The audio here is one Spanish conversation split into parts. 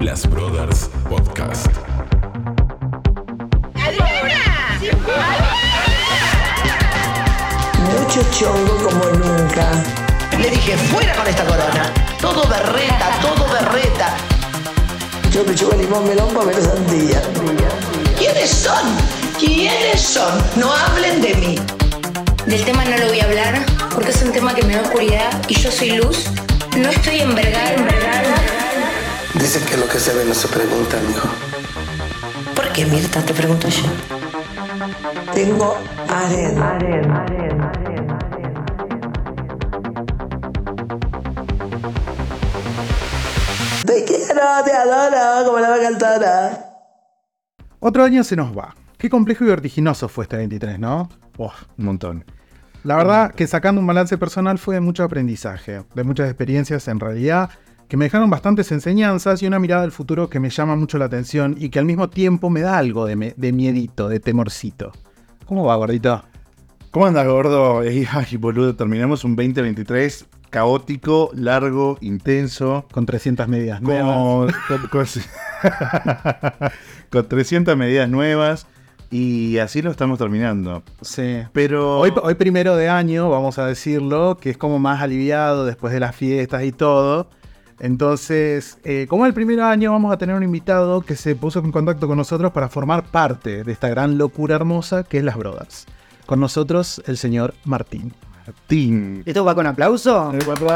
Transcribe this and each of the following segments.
Las Brothers Podcast. ¡Adriana! Mucho chongo como nunca. Le dije, fuera con esta corona. Todo berreta, todo berreta. Yo me chupo limón, melón, papel, sandía. ¿Quiénes son? ¿Quiénes son? No hablen de mí. Del tema no lo voy a hablar porque es un tema que me da oscuridad y yo soy luz. No estoy envergada, envergada. Dicen que lo que se ve no se pregunta, mijo. ¿Por qué, Mirta? Te pregunto yo. Tengo arena. Te quiero, te adoro, como la vaca al toro. Otro año se nos va. Qué complejo y vertiginoso fue este 23, ¿no? Buah, un montón. La verdad que sacando un balance personal fue de mucho aprendizaje, de muchas experiencias en realidad, que me dejaron bastantes enseñanzas y una mirada al futuro que me llama mucho la atención y que al mismo tiempo me da algo de, me- de miedito, de temorcito. ¿Cómo va, gordito? ¿Cómo andas, gordo? Ey, ay, boludo, terminamos un 2023 caótico, largo, intenso. Con 300 medidas nuevas. Con, con- con- con 300 medidas nuevas. Y así lo estamos terminando. Sí. Pero. Hoy, hoy primero de año, vamos a decirlo, que es como más aliviado después de las fiestas y todo. Entonces, eh, como el primer año, vamos a tener un invitado que se puso en contacto con nosotros para formar parte de esta gran locura hermosa que es Las Brothers. Con nosotros, el señor Martín. Martín. ¿Esto va con aplauso?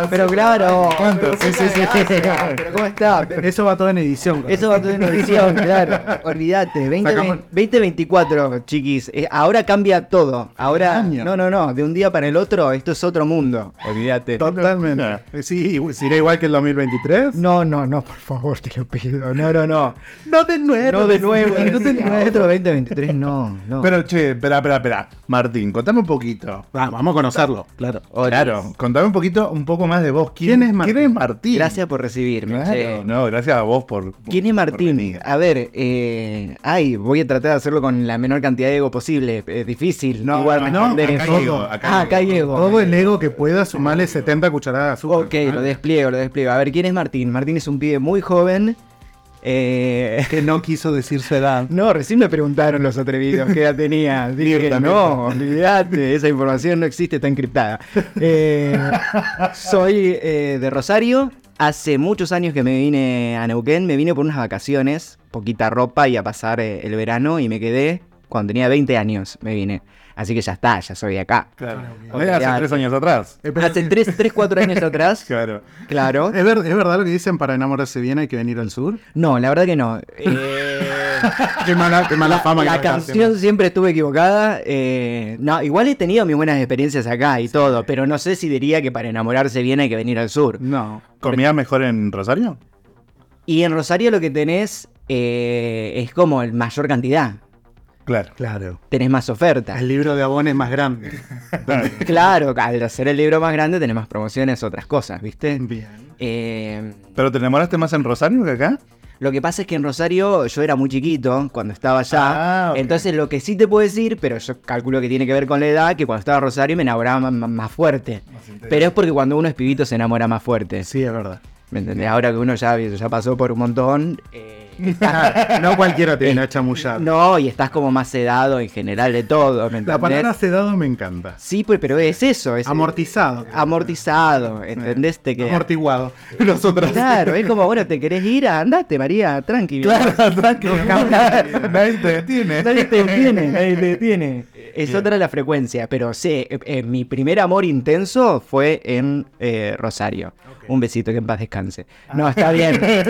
Pero claro. ¿Cuánto? Sí, sí, sí. Pero ¿cómo está? Eso va todo en edición. Eso va todo en edición, claro. Olvídate. 20, Sacamos- 2024, chiquis. Eh, ahora cambia todo. Ahora. Año. No, no, no. De un día para el otro, esto es otro mundo. Olvídate. Totalmente. Eh, Sí, será igual que el 2023. No, no, no, por favor, te lo pido. No, no, no. No de nuevo. No de nuevo. No de nuevo. Esto 2023, no, no. Pero che, espera, espera, espera. Martín, contame un poquito. Va, vamos a conocerlo, claro. Claro, contame un poquito, un poco más de vos. ¿Quién es Martín? Martín? Gracias por recibirme. Claro, che. no, gracias a vos por. ¿Quién es por Martín? Ah, venir. A ver, eh, ay, voy a tratar de hacerlo con la menor cantidad de ego posible. Es difícil. No, igual no, no, responder acá eso. hay ego, acá hay ah, acá hay ego. Todo el ego que pueda sumarle 70 cucharadas de azúcar. Ok, lo despliego, lo despliego. A ver, ¿quién es Martín? Martín es un pibe muy joven. Eh, Que no quiso decir su edad. no, recién me preguntaron los atrevidos qué edad tenía. Dije, no, olvidate, esa información no existe, está encriptada. Eh, soy eh, de Rosario. Hace muchos años que me vine a Neuquén, me vine por unas vacaciones, poquita ropa y a pasar eh, el verano y me quedé cuando tenía 20 años, me vine. Así que ya está, ya soy de acá. Claro. Ok, Era hace ya. tres años atrás. Eh, Hace 3, 4 años atrás, Claro. claro. ¿Es, ver- es verdad lo que dicen para enamorarse bien hay que venir al sur? No, la verdad que no. Eh, Qué mala, qué mala fama que la nos hacen. canción siempre estuve equivocada. eh, no, igual he tenido mis buenas experiencias acá y todo, pero no sé si diría que para enamorarse bien hay que venir al sur. No. ¿Comía mejor en Rosario? Y en Rosario lo que tenés eh, es como el mayor cantidad. Claro. Claro. Tenés más oferta. El libro de abones más grande. Claro, al hacer el libro más grande tenés más promociones, otras cosas, ¿viste? Bien. Eh, ¿Pero te enamoraste más en Rosario que acá? Lo que pasa es que en Rosario yo era muy chiquito cuando estaba allá. Ah, ok. Entonces lo que sí te puedo decir, pero yo calculo que tiene que ver con la edad, que cuando estaba en Rosario me enamoraba ma- ma- más, fuerte. Pero es porque cuando uno es pibito se enamora más fuerte. Sí, es verdad. ¿Me entendés? Ahora que uno ya, ya pasó por un montón. eh, No cualquiera te viene a chamullar. no, y estás como más sedado en general de todo. ¿me La entendés? palabra sedado me encanta. Sí, pues, pero es eso. Es, Amortizado. Amortizado. ¿Entendés? Te quedas- Amortiguado. Nosotros. Claro, es como, bueno, te querés ir, andate, María, tranqui. tranquilo. Nadie te detiene. Nadie te detiene, nadie te detiene. Es otra la frecuencia, pero sí, eh, eh, mi primer amor intenso fue en eh, Rosario. Un besito, que en paz descanse. Ah. No, está bien. Eh,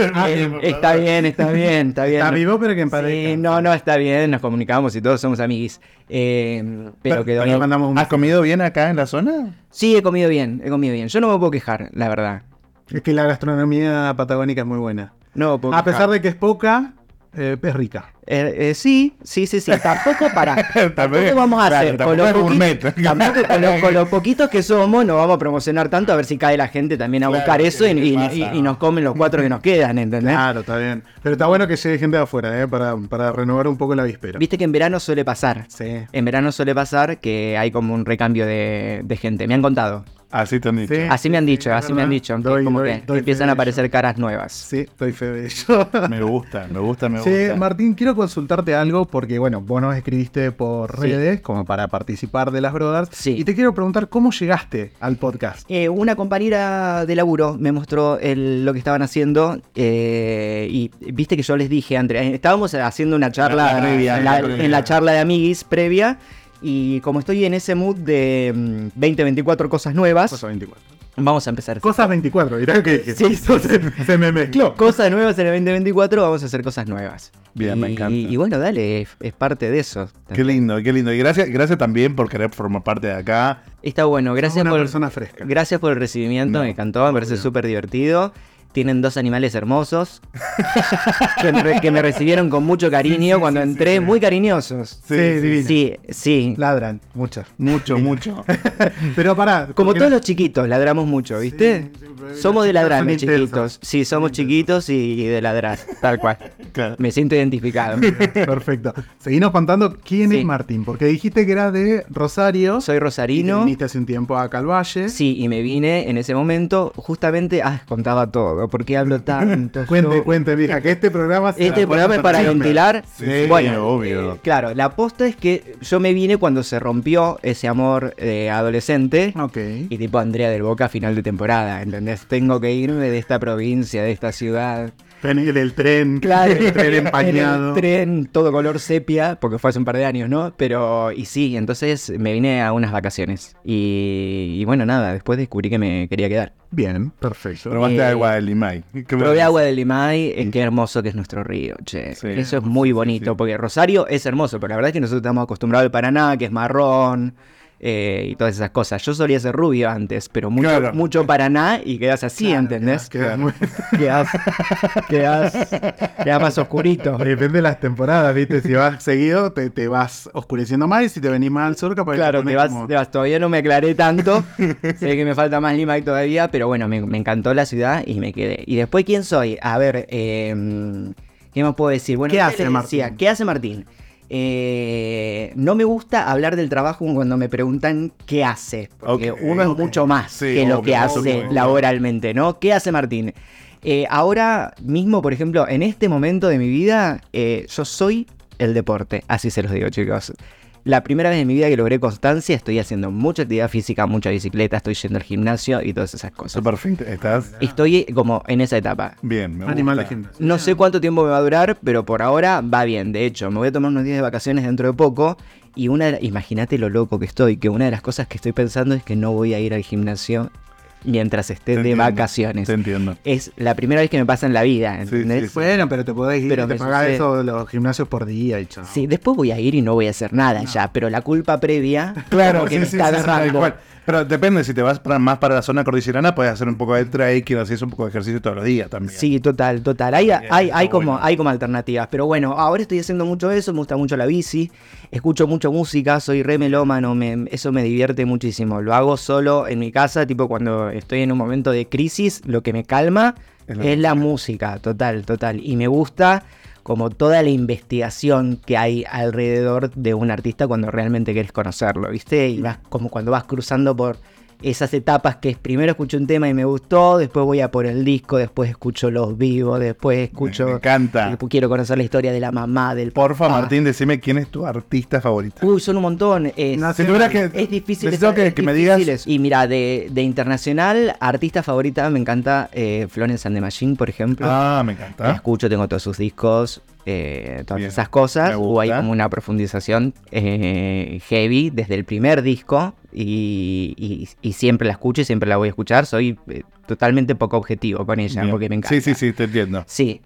está bien, está bien, está bien. Está vivo, pero que en paz Sí, descanse. no, no, está bien, nos comunicamos y todos somos amiguis. Eh, pero quedó le mandamos un- ¿Has comido bien acá en la zona? Sí, he comido bien, he comido bien. Yo no me puedo quejar, la verdad. Es que la gastronomía patagónica es muy buena. No me puedo A pesar quejar. de que es poca, eh, es rica. Eh, eh, sí, sí, sí, sí. Tampoco para. tampoco vamos a claro, hacer. tampoco Con lo, es poqui- gourmet. tampoco con lo- con lo poquitos que somos, no vamos a promocionar tanto a ver si cae la gente también a Claro, buscar eso y, ¿qué y- pasa? y- y nos comen los cuatro que nos quedan, ¿entendés? Claro, está bien. Pero está bueno que llegue gente de afuera, ¿eh? Para, para renovar un poco la víspera. Viste que en verano suele pasar. Sí. En verano suele pasar que hay como un recambio de, de gente. Me han contado. Así te han dicho. Sí. Así me han dicho, es así me han verdad. dicho. que Doy- como doy- que doy empiezan fe de ello. a aparecer caras nuevas. Sí, estoy fe de ello. Me gusta, me gusta, me Sí, gusta. Martín, quiero consultarte algo porque, bueno, vos nos escribiste por Sí. redes como para participar de las Brothers. Sí. Y te quiero preguntar cómo llegaste al podcast. Eh, una compañera de laburo me mostró el- lo que estaban haciendo eh, y viste que yo les dije, Andrea, eh, estábamos haciendo una charla La previa, en, la, la previa. en la charla de amiguis previa y como estoy en ese mood de mm, 20, 24 cosas nuevas, Cosas 24. vamos a empezar. Cosas 24, mirá lo que dije. Sí, sí, sí. Se, se me mezcló. Cosas nuevas en el 2024, vamos a hacer cosas nuevas. Bien, y, me encanta. Y bueno, dale, es, es parte de eso. Qué lindo, qué lindo. Y gracias, gracias también por querer formar parte de acá. Está bueno, gracias una por, persona fresca. gracias por el recibimiento, No, me encantó, me parece súper divertido. Tienen dos animales hermosos que, me, re- que me recibieron con mucho cariño cuando entré, muy cariñosos. Sí, divino. Sí, sí. Ladran, muchas. Mucho, mucho. Pero pará. Como porque todos los chiquitos, ladramos mucho, ¿viste? somos de ladrar, son los intensos. chiquitos. Sí, somos chiquitos y, y de ladrar, tal cual. Claro. Me siento identificado. Perfecto. Seguimos contando quién Sí. es Martín, porque dijiste que era de Rosario. Soy y te rosarino. Viniste hace un tiempo acá al Valle. Sí, y me vine en ese momento, justamente, ah, contaba todo, ¿por qué hablo tanto? Cuente, Yo- cuente, mija, que este programa se Este la programa es para chisme. ventilar. Sí, bueno, obvio. eh, claro, la aposta es que yo me vine cuando se rompió ese amor eh, adolescente. Ok. Y tipo Andrea del Boca a final de temporada, ¿entendés? Tengo que irme de esta provincia, de esta ciudad. Tener el tren, el tren en empañado. el tren todo color sepia, porque fue hace un par de años, ¿no? Pero, y sí, entonces me vine a unas vacaciones. Y, y bueno, nada, después descubrí que me quería quedar. Bien, perfecto. Probaste Eh, agua de Limay. Qué Probé bueno. agua del Limay, eh, qué hermoso que es nuestro río, che. Sí. Eso es muy bonito, porque Rosario es hermoso, pero la verdad es que nosotros estamos acostumbrados al Paraná, que es marrón eh, y todas esas cosas. Yo solía ser rubio antes, pero mucho, Claro. mucho Paraná y quedas así, ¿entendés? Queda muy- Quedas, quedas, quedas más oscurito. Depende de las temporadas, ¿viste? Si vas seguido, te, te vas oscureciendo más y si te venís más al sur, capaz que Claro, pones te vas, como- te vas, todavía no me aclaré tanto. sé que me falta más Lima todavía, pero bueno, me, me encantó la ciudad y me quedé. ¿Y después quién soy? A ver, eh, ¿qué más puedo decir? Bueno, ¿Qué yo hace les decía, Martín? ¿Qué hace Martín? Eh, no me gusta hablar del trabajo cuando me preguntan qué hace, porque Ok, uno es mucho más Sí, que lo obvio, que hace obvio. laboralmente, ¿no? ¿Qué hace Martín? Eh, ahora mismo, por ejemplo, en este momento de mi vida, eh, yo soy el deporte, así se los digo, chicos. La primera vez en mi vida que logré constancia, estoy haciendo mucha actividad física, mucha bicicleta, estoy yendo al gimnasio y todas esas cosas. Super fit, estás Estoy como en esa etapa. bien. me Animal de gusta. gimnasio. No sé cuánto tiempo me va a durar, pero por ahora va bien. De hecho, me voy a tomar unos días de vacaciones dentro de poco. Y una, de la- imagínate lo loco que estoy, que una de las cosas que estoy pensando es que no voy a ir al gimnasio mientras esté Te de entiendo, vacaciones. Te entiendo. Es la primera vez que me pasa en la vida, Sí, ¿entendés? sí, sí. Bueno, pero te podés ir, Pero y te me pagás sucede. eso de los gimnasios por día y chao. Sí, después voy a ir y no voy a hacer nada ya, pero la culpa previa Claro, como que sí, me sí, está sí, sí, tal agarrando. cual. Pero depende, si te vas para- más para la zona cordillerana, puedes hacer un poco de trekking, haces un poco de ejercicio todos los días también. Sí, total, total. Hay, Bien, hay, está hay, como, bueno. hay como alternativas. Pero bueno, ahora estoy haciendo mucho eso, me gusta mucho la bici, escucho mucho música, soy re melómano, me- eso me divierte muchísimo. Lo hago solo en mi casa, tipo cuando estoy en un momento de crisis, lo que me calma Es es la la, música, total, total. Y me gusta como toda la investigación que hay alrededor de un artista cuando realmente quieres conocerlo, ¿viste? Y vas como cuando vas cruzando por esas etapas que es primero escucho un tema y me gustó, después voy a por el disco, después escucho los vivos, después escucho Me encanta. y quiero conocer la historia de la mamá, del Porfa, papá. Martín, decime quién es tu artista favorito. Uy, son un montón. eh, No, sí, si tuvieras que- es difícil. necesito es- que- es que me difícil digas- eso. Y mira, de, de internacional, artista favorita, me encanta eh, Florence and the Machine, por ejemplo. Ah, me La encanta. escucho, tengo todos sus discos, eh, todas Bien. esas cosas. Me O hay gusta. como una profundización eh, heavy desde el primer disco y, y- y siempre la escucho y siempre la voy a escuchar. Soy eh, totalmente poco objetivo con ella Bien. porque me encanta. Sí, sí, sí, te entiendo. Sí,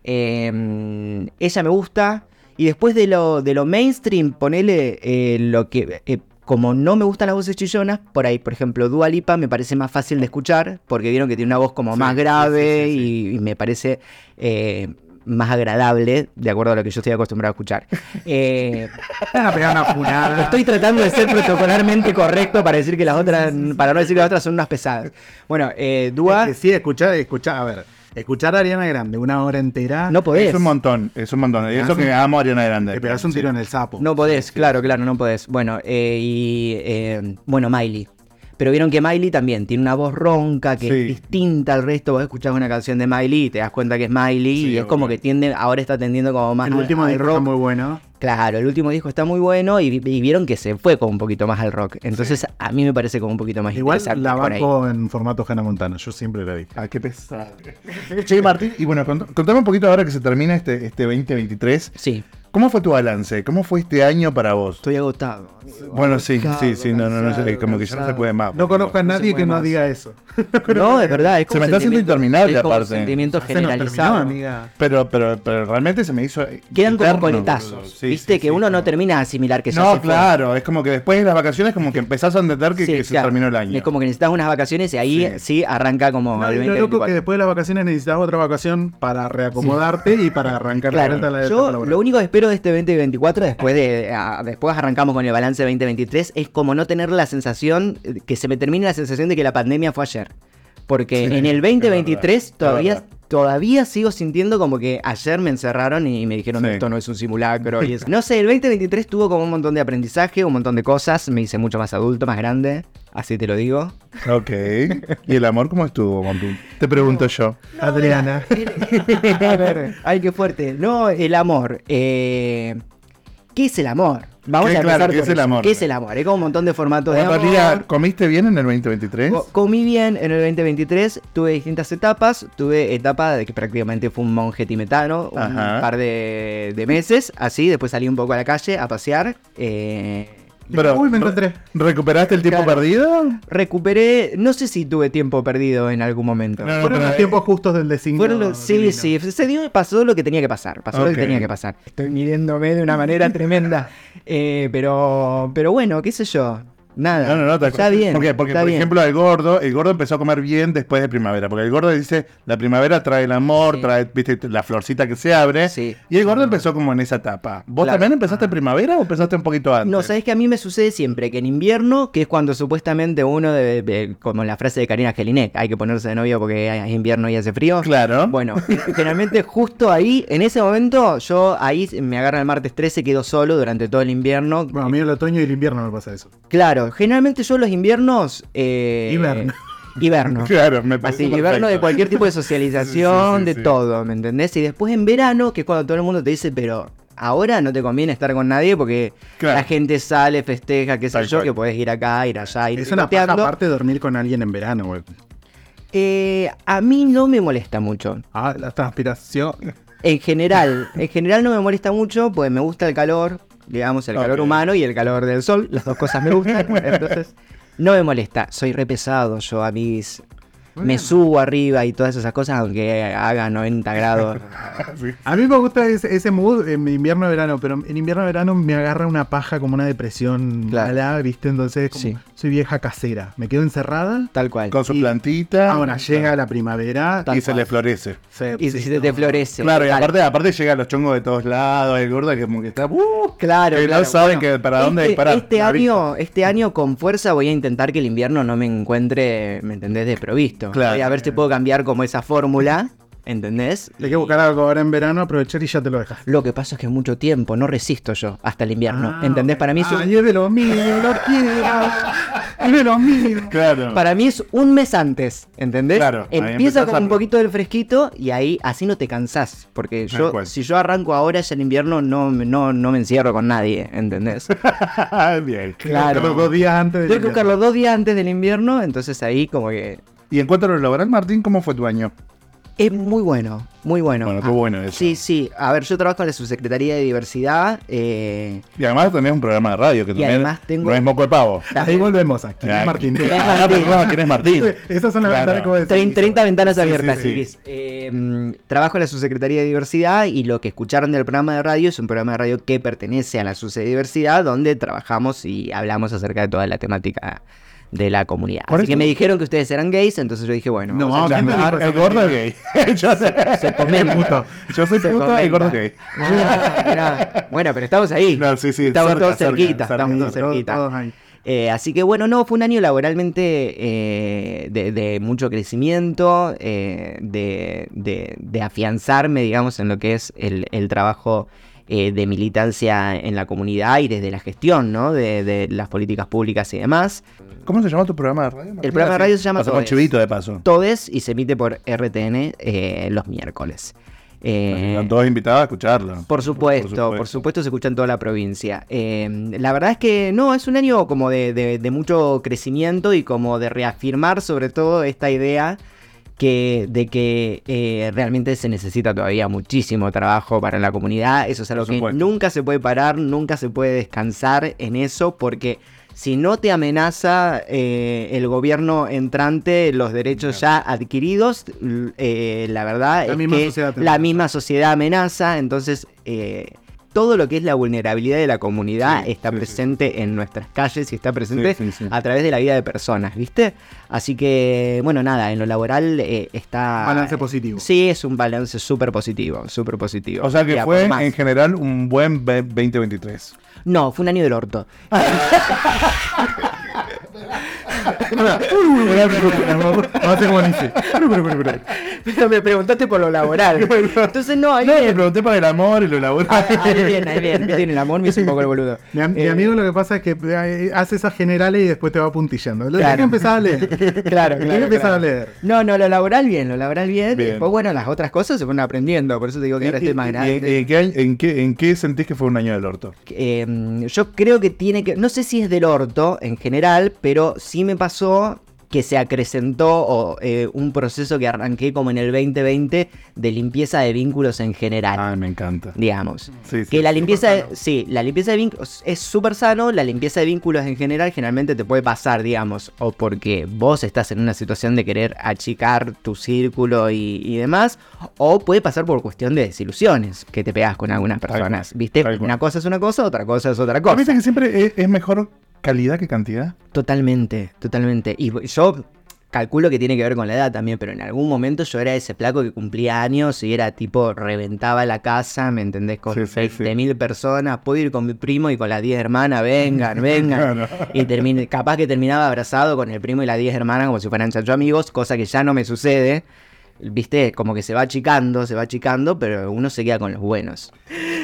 eh, ella me gusta. Y después de lo, de lo mainstream, ponele eh, lo que. eh, como no me gustan las voces chillonas, por ahí, por ejemplo, Dua Lipa me parece más fácil de escuchar, porque vieron que tiene una voz como Sí, más sí, sí, grave sí, Y, y me parece eh, más agradable, de acuerdo a lo que yo estoy acostumbrado a escuchar. Eh, Van a pegar una funada. Estoy tratando de ser protocolarmente correcto para decir que las otras, para no decir que las otras son unas pesadas. Bueno, eh, Dua, Es que sí, escuchar, escuchar, a ver, escuchar a Ariana Grande una hora entera, no podés. Es un montón, es un montón. Y eso hace- que amo a Ariana Grande. te pegás un tiro en el sapo. No podés, claro, claro, no podés. Bueno, eh, y eh, bueno, Miley. Pero vieron que Miley también tiene una voz ronca que Sí. es distinta al resto. Vos escuchás una canción de Miley y te das cuenta que es Miley Sí, y es como obvio. que tiende, ahora está tendiendo como más El al- último al disco rock. está muy bueno. Claro, el último disco está muy bueno y, vi- y vieron que se fue como un poquito más al rock. Entonces a mí me parece como un poquito más Igual interesante la por ahí. banco En formato Hannah Montana, yo siempre la vi. Ah, qué pesado. che, Martín, y bueno, cont- contame un poquito ahora que se termina este, este 2023. Sí, ¿Cómo fue tu balance? ¿Cómo fue este año para vos? estoy agotado. amigo. Bueno, sí, Cansado, sí, sí, no, no, no, cansado, eh, como que ya no se cansado. puede más. No conozco a No se nadie puede que no más. diga eso. No, es verdad. Es como Se me está haciendo sentimiento- interminable, es como aparte. un sentimiento Se nos terminó, generalizado. amiga. Pero, pero, pero realmente se me hizo. Quedan como eterno, boludo. coletazos. Sí, Viste sí, que sí, uno no como- termina de asimilar que ya se No, fue. claro, es como que después de las vacaciones, como que empezás a entender que, Sí, que se claro. terminó el año. Es como que necesitas unas vacaciones y ahí sí, arranca como No, el y lo 20, loco que 24. después de las vacaciones necesitas otra vacación para reacomodarte y para arrancar de Claro, vuelta la etapa yo laboral. lo único que espero de este 2024, después de a- después arrancamos con el balance 2023, es como no tener la sensación, eh, que se me termine la sensación de que la pandemia fue ayer. Porque en el 2023 verdad, es todavía, verdad. todavía sigo sintiendo como que ayer me encerraron y me dijeron Sí. esto no es un simulacro. Y eso. No sé, el 2023 tuvo como un montón de aprendizaje, un montón de cosas, me hice mucho más adulto, más grande, así te lo digo. Ok. ¿Y el amor cómo estuvo, Martín? Te pregunto yo. Adriana. A ver, ay, qué fuerte. No, el amor. eh, ¿Qué es el amor? Vamos Qué a claro, empezar ¿qué por es el eso. amor? ¿Qué es el amor? Hay como un montón de formatos de Bueno, amor. María, ¿comiste bien en el 2023? Co- Comí bien en el 2023, tuve distintas etapas, tuve etapa de que prácticamente fue un monje timetano, un Ajá. par de, de meses, así, después salí un poco a la calle a pasear. eh, Pero, Uy, me encontré. ¿Recuperaste el tiempo Claro. perdido? recuperé, no sé si tuve tiempo perdido en algún momento. No, no, Fueron pero, los eh, tiempos justos del designo. Fueron los- sí, divino. sí, se dio, pasó lo que tenía que pasar, pasó lo Ok. que tenía que pasar. Estoy midiéndome de una manera tremenda, Eh, pero, pero bueno, qué sé yo, nada, No, no, no, te está bien, Porque, porque está por bien. ejemplo, el gordo, el gordo empezó a comer bien después de primavera. Porque el gordo dice, la primavera trae el amor, Sí. trae, viste, la florcita que se abre. Sí. Y el gordo empezó como en esa etapa. ¿Vos Claro. también empezaste en primavera o empezaste un poquito antes? No, sabes que a mí me sucede siempre que en invierno, que es cuando supuestamente uno, de, de- como la frase de Karina Gelinek, hay que ponerse de novio porque es invierno y hace frío. Claro. Bueno, generalmente justo ahí, en ese momento, yo ahí me agarra el martes 13, quedo solo durante todo el invierno. Bueno, a mí el otoño y el invierno me pasa eso. Claro, generalmente yo los inviernos. Eh, Hiberno. Hiberno. Claro, me parece Así, hiberno perfecto. de cualquier tipo de Sí, sí, socialización, sí, de sí. todo, ¿me entendés? Y después en verano, que es cuando todo el mundo te dice, pero ahora no te conviene estar con nadie porque Claro. la gente sale, festeja, qué sé Tal yo, cual. que podés ir acá, ir allá, ir Es una paja picoteando. aparte dormir con alguien en verano, güey. Eh, a mí no me molesta mucho. Ah, la transpiración. En general, en general no me molesta mucho, pues me gusta el calor, digamos, el calor Ok. humano y el calor del sol, las dos cosas me gustan, entonces no me molesta, soy repesado yo a mis... Me subo arriba y todas esas cosas, aunque haga 90 grados. A mí me gusta ese, ese mood en invierno-verano, pero en invierno-verano me agarra una paja como una depresión Claro. mala, ¿viste? Entonces, como Sí. soy vieja casera. Me quedo encerrada. Tal cual. Con su Y- plantita. Ahora llega la primavera. Tal Y se cual. le florece. se- Y si te, te florece. claro, y Tal- aparte, aparte llega los chongos de todos lados, el gordo que como que está. ¡uh! Claro, que claro, no saben bueno. que para dónde Este- disparar. Este La año, este año con fuerza voy a intentar que el invierno no me encuentre, ¿me entendés? Desprovisto. Claro. Voy a ver si puedo cambiar como esa fórmula, ¿entendés? Hay que buscar algo ahora en verano, aprovechar y ya te lo dejas. Lo que pasa es que mucho tiempo, no resisto yo hasta el invierno. ¿Entendés? Para mí, es Ah, un, y es de lo mío, lo quiero. Es de lo mío. Claro. para mí es un mes antes, ¿entendés? Claro, ahí Empieza empezás con a- un poquito del fresquito y ahí así no te cansás. Porque Tal yo, cual. si yo arranco ahora ya el invierno, no, no, no me encierro con nadie, ¿entendés? Bien. Claro. Los dos días antes Tengo que de. buscarlo dos días antes del invierno, entonces ahí como que Y en cuanto a lo laboral, Martín, ¿cómo fue tu año? es muy bueno, muy bueno. Bueno, qué Ah, bueno eso. Sí, sí. A ver, yo trabajo en la Subsecretaría de Diversidad. eh, Y además tenés un programa de radio que también además tengo- no es moco de pavo. Ahí volvemos aquí, Ah, Martín. ¿quién es Martín? Ah, perdón, ¿quién es Martín? Esas son las Claro. ventanas que vos decís. 30, 30 ventanas sí, abiertas, sí. Iris. Eh, mm, trabajo en la Subsecretaría de Diversidad y lo que escucharon del programa de radio es un programa de radio que pertenece a la Subsecretaría de Diversidad, donde trabajamos y hablamos acerca de toda la temática de la comunidad. Por Así que eso- me dijeron que ustedes eran gays, entonces yo dije, bueno, No, vamos a ¿quién te llamar- dijo El gordo es gay. Yo sé. se comenta. Puto. Yo soy Se puto y el gordo es comenta. gay. Ah, mirá. bueno, pero estamos ahí. No, sí, sí, estamos cerca, todos cerca, cerquita, cerca, estamos todos todos- cerquita. todos ahí. Eh, así que bueno, no, fue un año laboralmente eh, de, de mucho crecimiento, eh, de, de- de afianzarme, digamos, en lo que es el, el trabajo eh, de militancia en la comunidad y desde la gestión, ¿no? De, de las políticas públicas y demás. ¿Cómo se llama tu programa de radio? Martín? El programa de radio se llama Pasó con Todes. Chivito, de paso. Todes y se emite por RTN eh, los miércoles. Eh, Están todos invitados a escucharlo. por supuesto, por supuesto, se escucha en toda la provincia. Eh, la verdad es que no, es un año como de, de- de mucho crecimiento y como de reafirmar sobre todo esta idea que, de que eh, realmente se necesita todavía muchísimo trabajo para la comunidad. Eso es algo Por que supuesto. nunca se puede parar, nunca se puede descansar en eso porque... Si no te amenaza eh, el gobierno entrante los derechos ya adquiridos, l- eh, la verdad La es misma que sociedad te la amenaza. misma sociedad amenaza, entonces eh, todo lo que es la vulnerabilidad de la comunidad Sí, está sí, sí. presente en nuestras calles y está presente Sí, sí, sí. a través de la vida de personas, ¿viste? Así que, bueno, nada, en lo laboral eh, está... Balance positivo. Sí, es un balance súper positivo, súper positivo. O sea que Ya, fue por más. en general un buen ve- 2023. No, fue un año del orto. Ah. No sé cómo dice. Pero me preguntaste por lo laboral. Entonces, no, ahí No, viene. Ah, le pregunté para el amor y lo laboral. Ahí viene, ahí viene. Tiene el amor, me hizo un poco el boludo. Mi, am- mi Eh, amigo lo que pasa es que eh, hace esas generales y después te va puntillando. Lo tenés Claro. que empezar a leer. Claro, Tenés claro, que empezar claro. a leer. No, no, lo laboral bien, lo laboral bien. Bien. Después, bueno, las otras cosas se fueron aprendiendo. Por eso te digo que ahora estoy más ¿Y- y- grande. eh, y en qué año- en qué- en qué sentís que fue un año del orto? Eh, yo creo que tiene que. No sé si es del orto en general, pero sí me pasó que se acrecentó o, eh, un proceso que arranqué como en el 2020 de limpieza de vínculos en general. Ah, me encanta. digamos. Sí, sí, que la súper limpieza, de, sano. sí, la limpieza de vínculos es súper sano, la limpieza de vínculos en general generalmente te puede pasar, digamos, o porque vos estás en una situación de querer achicar tu círculo y, y demás, o puede pasar por cuestión de desilusiones que te pegas con algunas cual, personas, ¿viste? tal cual. Una cosa es una cosa, otra cosa es otra ¿No viste cosa. que siempre es, es mejor calidad que cantidad? Totalmente, totalmente. Y bo- yo calculo que tiene que ver con la edad también, pero en algún momento yo era ese flaco que cumplía años y era tipo, reventaba la casa, ¿me entendés? Con Sí, sí, sí. 20.000 personas, puedo ir con mi primo y con las 10 hermanas, vengan, vengan. Claro. Y terminé, capaz que terminaba abrazado con el primo y las 10 hermanas como si fueran chacho amigos, cosa que ya no me sucede. Viste, como que se va achicando, se va achicando, pero uno se queda con los buenos.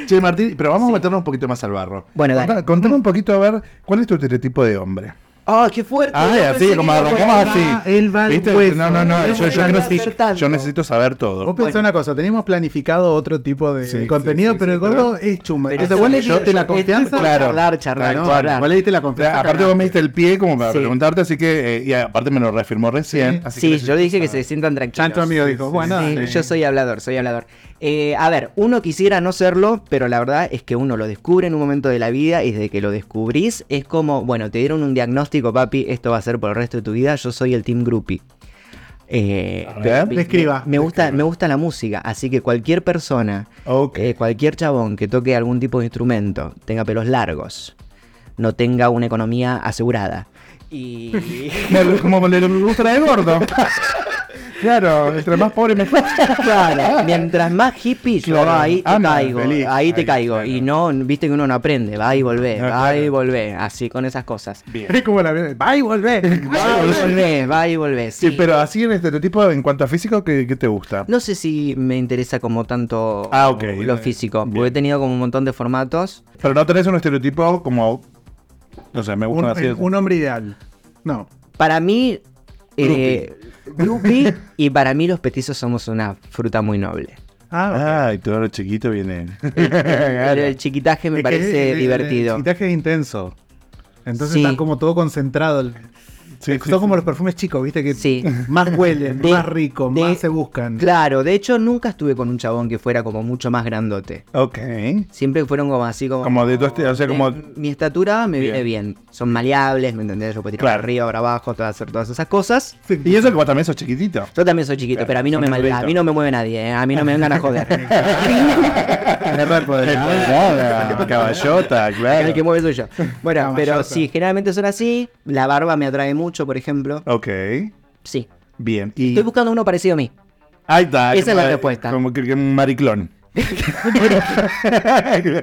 Che, Martín, pero vamos a meternos un poquito más al barro. Bueno, dale. Contá- Contame un poquito a ver, ¿cuál es tu estereotipo de hombre? ¡Ah, qué fuerte! Ah, así, como "Ah, arrancamos así. él va al ¿Viste? hueso. No, no, no, No yo, yo puede necesito, hacer tanto. yo necesito saber Vos todo. pensás una cosa, teníamos planificado otro tipo de Sí, contenido, sí, sí, pero sí, el gordo es chuma. Entonces vos le yo- diste la yo- confianza. claro. charlar, charlar, Claro, charlar. Vos le diste la O sea, confianza. aparte vos me diste el pie como para Sí. preguntarte, así que, eh, y aparte me lo reafirmó recién. así Sí, que yo dije que se sientan tranquilos. Chancho amigo dijo, bueno, Sí, dale. yo soy hablador, soy hablador. Eh, a ver, uno quisiera no serlo, pero la verdad es que uno lo descubre en un momento de la vida y desde que lo descubrís es como, bueno, te dieron un diagnóstico, papi, esto va a ser por el resto de tu vida, yo soy el team groupie. Eh, A ver. me- Describa. Me gusta, me gusta la música, así que cualquier persona, Ok. eh, cualquier chabón que toque algún tipo de instrumento, tenga pelos largos, no tenga una economía asegurada y... Me- como le gusta de gordo. claro, entre más pobre mejor. Claro, mientras más hippie yo Claro, ahí te ama, caigo, feliz. ahí te Ahí, caigo. claro. Y no, viste que uno no aprende, va y volvé, Ah, va y claro. volvé, así con esas cosas. Es como la Va y volvé. Va y volvé, va y volvé. Sí, sí. pero así en este estereotipo, en cuanto a físico, ¿qué, qué te gusta? No sé si me interesa como tanto Ah, ok, lo bien. físico, porque he tenido como un montón de formatos. Pero no tenés un estereotipo como. No sé, me Un, gustan así. un hombre ideal. No. Para mí, eh, groupie, y para mí los petizos somos una fruta muy noble. Ah, Ah, y todo lo chiquito viene. Pero el chiquitaje me es que parece el- el- divertido. El quitaje es intenso. Entonces Sí. está como todo concentrado. el- Sí, son sí, como sí. los perfumes chicos, viste que Sí. más huelen, De- más rico, de- más se buscan. Claro, de hecho nunca estuve con un chabón que fuera como mucho más grandote. Ok. Siempre fueron como así como... Como de tu este- o sea, como. Eh, mi estatura me Bien. viene bien. Son maleables, ¿me entendés? Yo puedo tirar Claro. para arriba, para abajo, todo, hacer todas esas cosas. Y eso que vos también sos chiquitito. Yo también soy chiquito, Claro, pero a mí no son me mal- a gorditos. mí no me mueve nadie, ¿eh? a mí no me vengan a joder. Nada, Caballota, El que claro. mueve soy yo. Bueno, pero sí, generalmente son así. La barba me atrae mucho, por ejemplo. Ok. Sí. Bien. Y. Estoy buscando uno parecido a mí. Ahí está. Esa es la como- respuesta. Como que que un mariclón.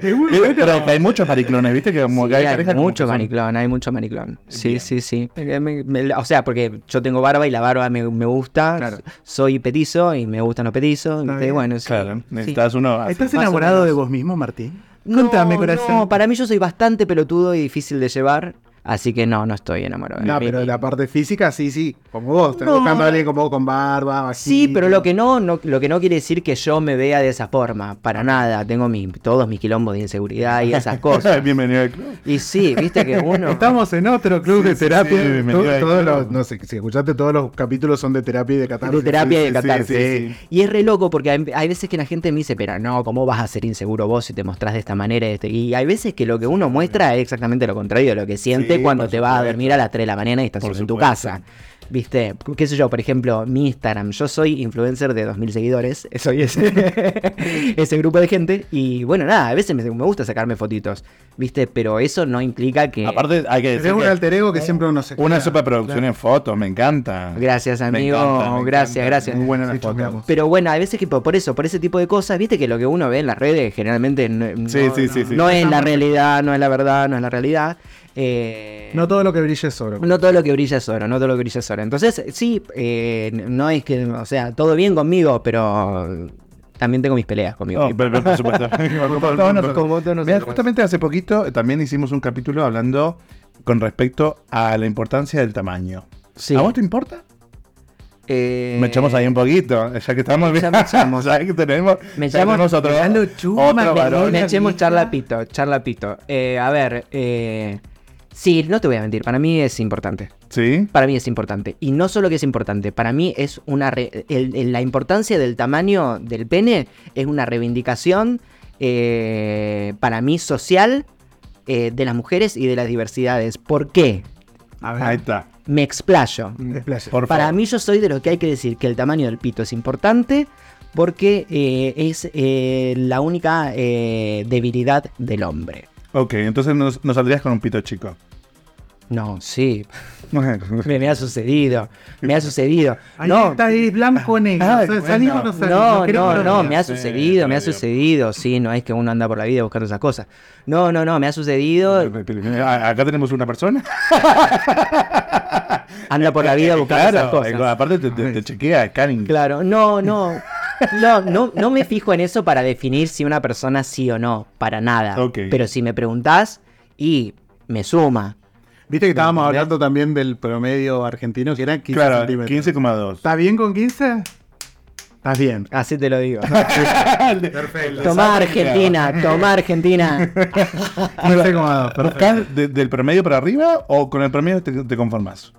Pero hay muchos mariclones, ¿viste? Que como Sí, que hay hay parejas como mucho que son- mariclón, hay mucho mariclón. Sí, sí, sí. Me- me- me- o sea, porque yo tengo barba y la barba me, me gusta. Claro. Soy petizo y me gustan los petizos. Está y bien. Bueno, sí. Claro, Sí. necesitas uno. así. ¿Estás más o enamorado menos. de vos mismo, Martín? Contame, no, corazón. No, para mí yo soy bastante pelotudo y difícil de llevar, así que no, no estoy enamorado. de No, mí. pero la parte física, sí, sí. Como vos, estás No. buscando a alguien como vos con barba, Sí, bajito. pero lo que no, no- lo que no quiere decir que yo me vea de esa forma, para nada. Tengo mis todos mis quilombos de inseguridad y esas cosas. Bienvenido al club. Y sí, viste que uno Estamos en otro club de terapia. sí, bienvenido To- al todos club. los- no sé, si escuchaste todos los capítulos son de terapia y de catarsis. de terapia y de sí, sí, sí, catarsis. sí, sí. Y es re loco porque hay, hay veces que la gente me dice, pero no, ¿cómo vas a ser inseguro vos si te mostrás de esta manera? Este? Y hay veces que lo que uno muestra es exactamente lo contrario de lo que siente Sí, cuando por te vas a supuesto. dormir a las 3 de la mañana y estás Por solo en tu supuesto. casa. Viste, qué sé yo, por ejemplo, mi Instagram. Yo soy influencer de 2.000 seguidores. Soy ese, ese grupo de gente. Y bueno, nada, a veces me, me gusta sacarme fotitos. Viste, pero eso no implica que... Aparte, hay que Tenés decir. un que alter ego que siempre uno se una crea. superproducción en fotos, me encanta. Gracias, Me amigo, encanta, me gracias, encanta. gracias. Muy buena Sí, la foto. chusmeamos. Pero bueno, hay veces que po- por eso, por ese tipo de cosas, viste que lo que uno ve en las redes generalmente no, Sí, no- sí, sí, sí. no es la realidad, no es la verdad, no es la realidad. Eh, No todo lo que brille es oro. no todo lo que brilla es oro, no todo lo que brilla es oro. Entonces, sí, eh, no es que, o sea, todo bien conmigo, pero también tengo mis peleas conmigo. Oh, pero- pero por supuesto. Como todos nosotros. Como todos nosotros. Mira, justamente hace poquito eh, también hicimos un capítulo hablando con respecto a la importancia del tamaño. Sí. ¿A vos te importa? Eh, Me echamos ahí un poquito, eh, ya que estamos Ya me echamos. ya que tenemos, Me ya llamo- tenemos otro, me llamo otro Chuma, me- varón. Me echemos charlapito, charlapito. Eh, a ver, eh, sí, no te voy a mentir, para mí es importante. Sí, Para mí es importante. Y no solo que es importante, para mí es una. re- el- el- la importancia del tamaño del pene es una reivindicación eh, para mí social eh, de las mujeres y de las diversidades. ¿Por qué? A ahí ver, está. Me explayo. desplace. Por Para favor. mí yo soy de los que hay que decir que el tamaño del pito es importante porque eh, es eh, la única eh, debilidad del hombre. Ok, entonces nos, nos saldrías con un pito chico. No, sí, me, me ha sucedido, me ha sucedido. Ahí No, está, ahí blanco negro. Ay, O sea, ¿Salimos o no salimos? No, ¿Querés no, que no, diga? me ha Sí, sucedido, me ha previo. sucedido. Sí, no es que uno anda por la vida buscando esas cosas. No, no, no, me ha sucedido. Ah, Acá tenemos una persona. Anda por la vida buscando esas Claro, eh, cosas. aparte te, te- te chequea scanning. Claro, no, no. No, no, no me fijo en eso para definir si una persona sí o no, para nada. Ok. Pero si me preguntás y me suma. Viste que estábamos hablando también del promedio argentino, que era 15 Claro, centímetros. 15,2. ¿Está bien con 15? Estás bien. Así te lo digo. Perfecto. Tomá Argentina, tomá Argentina. 15,2. perfecto. ¿Buscás de- del promedio para arriba o con el promedio te, te conformás?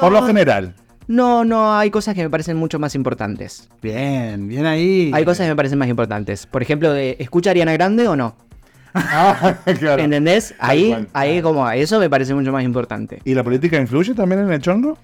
Por lo general. No, no, hay cosas que me parecen mucho más importantes. Bien, bien ahí. Hay cosas que me parecen más importantes. Por ejemplo, de, ¿escucha Ariana Grande o no? Ah, Claro. ¿Entendés? Tal Ahí, cual. ahí como eso me parece mucho más importante. ¿Y la política influye también en el chongo?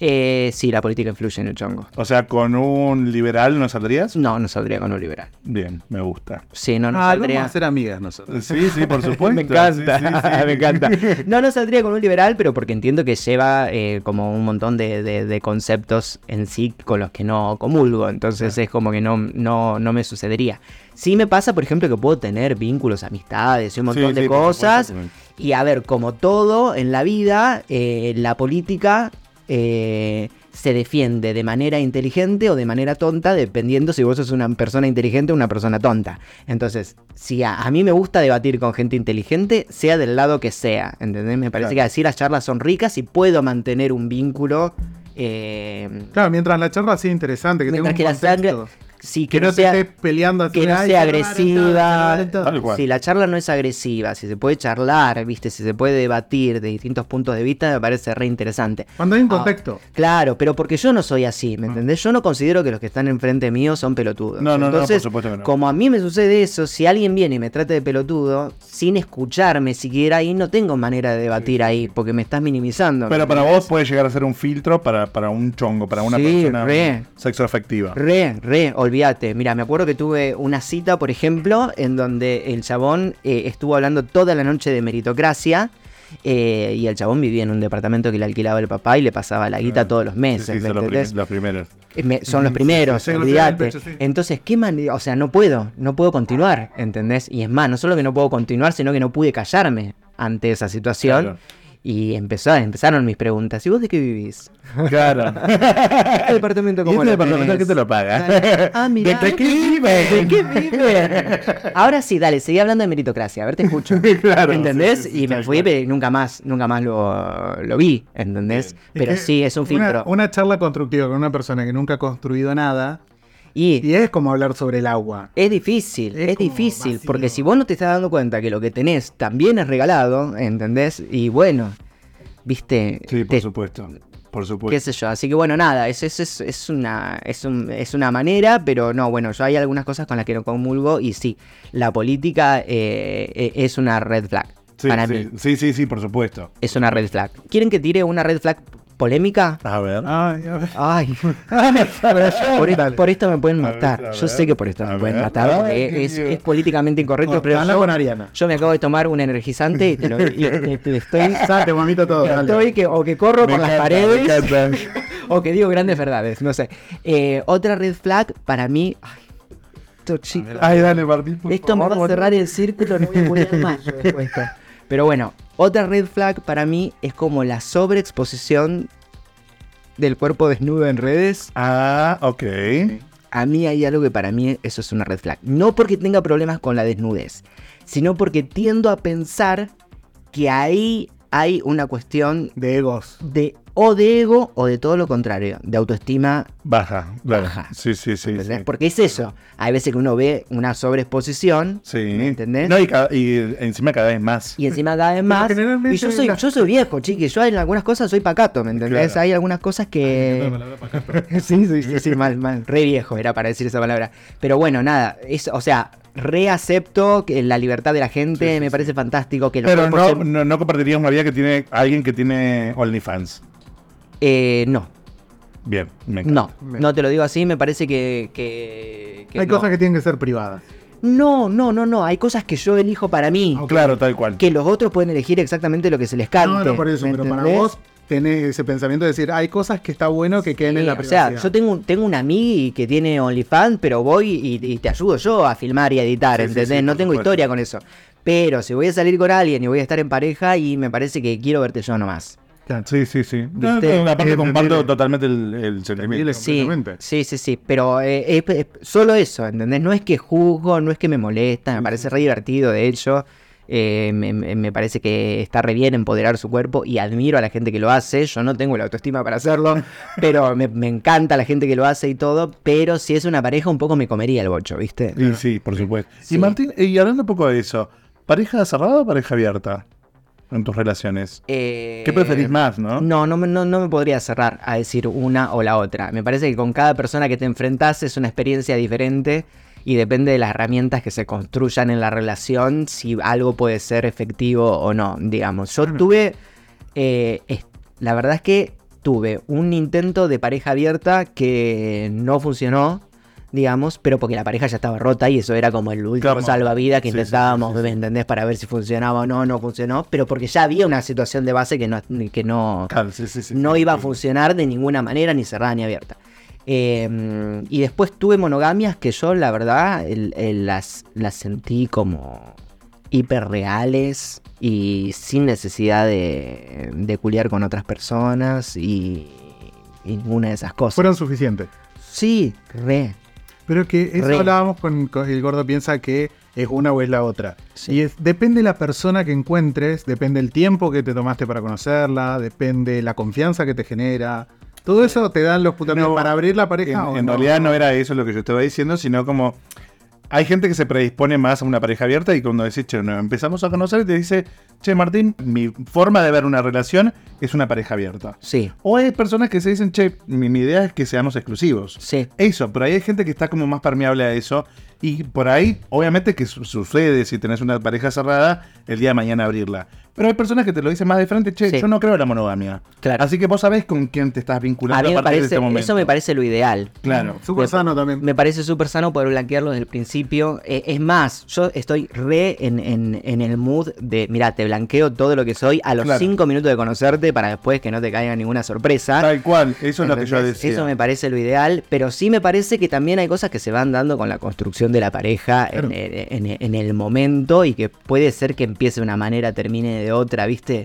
Eh, sí, la política influye en el chongo. O sea, ¿con un liberal no saldrías? No, no saldría con un liberal. Bien, me gusta. Sí, no, no Ah, vamos saldría. a ser amigas nosotros. Sí, sí, por supuesto. Me encanta, Sí, sí, sí. me encanta. No, no saldría con un liberal, pero porque entiendo que lleva eh, como un montón de, de- de conceptos en sí con los que no comulgo. Entonces es como que no, no, no me sucedería. Sí me pasa, por ejemplo, que puedo tener vínculos, amistades y un montón Sí, de sí, por cosas. supuesto. Y a ver, como todo en la vida, eh, la política eh, se defiende de manera inteligente o de manera tonta, dependiendo si vos sos una persona inteligente o una persona tonta. Entonces, si a, a mí me gusta debatir con gente inteligente, sea del lado que sea, ¿entendés? Me parece Claro. que así las charlas son ricas y puedo mantener un vínculo. eh, Claro, mientras la charla sea interesante, que mientras tenga un contexto. sí, que, no sea- te estés peleando así, que no "Ay, sea claro, agresiva. claro, claro". Tal cual. Si la charla no es agresiva, si se puede charlar, viste, si se puede debatir de distintos puntos de vista, me parece re interesante. Cuando hay un Ah, contexto. Ah. Claro, pero porque yo no soy así, ¿me entendés? Yo no considero que los que están enfrente mío son pelotudos. No, no, no, por Entonces, supuesto que no. como a mí me sucede eso, si alguien viene y me trata de pelotudo, sin escucharme siquiera ahí, no tengo manera de debatir ahí, porque me estás minimizando. Pero para vos puede llegar a ser un filtro para, para un chongo, para una Sí, persona re. sexoafectiva. Re, re, olvídate. Mira, me acuerdo que tuve una cita, por ejemplo, en donde el chabón eh, estuvo hablando toda la noche de meritocracia. eh, y el chabón vivía en un departamento que le alquilaba el papá y le pasaba la guita todos los Sí, meses. sí, ¿me son los, entendés? prim- los primeros. Eh, me- son los primeros, sí, sí, olvídate. sí, sí. Entonces, ¿qué manera? O sea, no puedo, no puedo continuar, ¿entendés? Y es más, no solo que no puedo continuar, sino que no pude callarme ante esa situación. Claro. Y empezó, empezaron mis preguntas. ¿Y vos de qué vivís? Claro. ¿Este departamento cómo ¿Y este lo departamento tenés? quién te lo paga? Dale. Ah, mirá. ¿De qué vive? ¿De qué vive? Ahora sí, dale, seguí hablando de meritocracia, a ver, te escucho. Claro, ¿Entendés? sí, sí, sí, y me tal fui, cual. pero nunca más, nunca más lo, lo vi, ¿entendés? Pero que sí, es un una- filtro. Una charla constructiva con una persona que nunca ha construido nada. Y Y es como hablar sobre el agua. es difícil, Es es, como difícil, vacío. porque si vos no te estás dando cuenta que lo que tenés también es regalado, ¿entendés? Y bueno, viste, Sí, por te- supuesto. Por qué supuesto. sé yo. Así que bueno, nada, es, es, es, es una, es, un- es una manera, pero no, bueno, yo hay algunas cosas con las que no comulgo y sí, la política eh, eh, es una red flag. Sí, para sí, mí, sí, sí, sí, por supuesto. es una red flag. ¿Quieren que tire una red flag polémica? A ver. Ay, a ver. Ay, Ah, por, e- por esto me pueden matar. a yo ver. sé que por esto A me pueden ver. matar, porque Ay, qué es, miedo. es políticamente incorrecto, pero Cortala yo, con Ariana. yo me acabo de tomar un energizante y te lo y- y- y estoy... Salte, mamita, todo. dale. Estoy que, o que corro Me por las encanta, paredes. me encanta. O que digo grandes verdades, no sé. Eh, otra red flag para mí. Ay, esto, chico, Ay, dale, Martín. por esto me favor, va a boludo. cerrar el círculo, no voy a poder más. yo después de esto. Pero bueno, otra red flag para mí es como la sobreexposición del cuerpo desnudo en redes. Ah, ok. A mí hay algo que para mí eso es una red flag. No porque tenga problemas con la desnudez, sino porque tiendo a pensar que ahí hay una cuestión De egos. de o de ego o de todo lo contrario, de autoestima. Baja, claro. Baja. Sí, sí, sí. ¿entendés? sí. Porque es eso. Hay veces que uno ve una sobreexposición Sí. entendés? No, y, ca- y encima cada vez más. y encima cada vez más. generalmente Y yo soy, la- yo soy viejo, chiqui. Yo en algunas cosas soy pacato, ¿me entendés? Claro. Hay algunas cosas que. sí, sí, sí, sí, mal, mal. Re viejo era para decir esa palabra. Pero bueno, nada. Es, o sea, reacepto que la libertad de la gente. me parece fantástico que los Pero cuerpos no, se- no, no compartirías una vida que tiene alguien que tiene OnlyFans. Eh, no, Bien, me encanta. no. No te lo digo así. Me parece que. que- que Hay no. cosas que tienen que ser privadas. No, no, no, no. Hay cosas que yo elijo para mí. Claro, tal cual. Que los otros pueden elegir exactamente lo que se les No, cante. no por eso, ¿me pero para entendés? vos tenés ese pensamiento de decir, hay cosas que está bueno que queden en Sí, la o sea, privacidad. yo tengo, un- tengo una amiga que tiene OnlyFans, pero voy y, y te ayudo yo a filmar y a editar, Sí, sí, ¿entendés? sí, no por tengo supuesto. historia con eso. Pero si voy a salir con alguien y voy a estar en pareja y me parece que quiero verte yo nomás. Sí, sí, sí. Este, No, ¿Viste? no, aparte Eh, comparto entendible. totalmente el, el sentimiento. Entendible. Sí, Completamente. sí, sí, sí, pero eh, es- es solo eso, ¿entendés? No es que juzgo, no es que me molesta, me parece re divertido, de hecho, eh, me, me- me parece que está re bien empoderar su cuerpo y admiro a la gente que lo hace, yo no tengo la autoestima para hacerlo, pero me, me encanta la gente que lo hace y todo, pero si es una pareja un poco me comería el bocho, ¿viste? Y sí, por supuesto. Y Martín, y hablando un poco de eso, ¿pareja cerrada o pareja abierta en tus relaciones? Eh, ¿Qué preferís más, no? No, no, me- no, no me podría cerrar a decir una o la otra. Me parece que con cada persona que te enfrentas es una experiencia diferente y depende de las herramientas que se construyan en la relación, si algo puede ser efectivo o no, digamos. Yo tuve, eh, es- la verdad es que tuve un intento de pareja abierta que no funcionó, digamos, pero porque la pareja ya estaba rota y eso era como el último Claro. salvavidas que Sí, sí, sí, intentábamos, sí, sí. ¿me entendés? Para ver si funcionaba o no, no funcionó, pero porque ya había una situación de base que no, que no, Claro, sí, sí, sí. no iba a funcionar de ninguna manera, ni cerrada ni abierta. Eh, y después tuve monogamias que yo, la verdad, el- el- las, las sentí como hiperreales y sin necesidad de, de culiar con otras personas y, y ninguna de esas cosas. Fueron suficientes. sí, re. Pero que eso Re. hablábamos con, con el gordo piensa que es una o es la otra. Sí. Y es, depende la persona que encuentres, depende el tiempo que te tomaste para conocerla, depende la confianza que te genera. Todo eso te dan los putos No, para abrir la pareja. Ah, En, o en no. realidad no era eso lo que yo estaba diciendo, sino como hay gente que se predispone más a una pareja abierta y cuando decís, che, nos empezamos a conocer y te dice, che, Martín, mi forma de ver una relación es una pareja abierta. Sí, O hay personas que se dicen, che, mi, mi idea es que seamos exclusivos. sí. Eso, pero ahí hay gente que está como más permeable a eso. Y por ahí, obviamente que su- sucede si tenés una pareja cerrada, el día de mañana abrirla. Pero hay personas que te lo dicen más de frente, che, Sí. yo no creo en la monogamia. Claro. Así que vos sabés con quién te estás A vinculando mí a, me partir de parece, este momento. eso me parece lo ideal. Claro. Súper sano también. Me parece súper sano poder blanquearlo desde el principio. Eh, es más, yo estoy re en, en- en el mood de, mira, te blanqueo todo lo que soy a los Claro. cinco minutos de conocerte para después que no te caiga ninguna sorpresa. Tal cual, eso es lo que yo ¿Entendés? decía. Eso me parece lo ideal, pero sí me parece que también hay cosas que se van dando con la construcción de la pareja en- en, en- en el momento y que puede ser que empiece de una manera, termine de otra, ¿viste?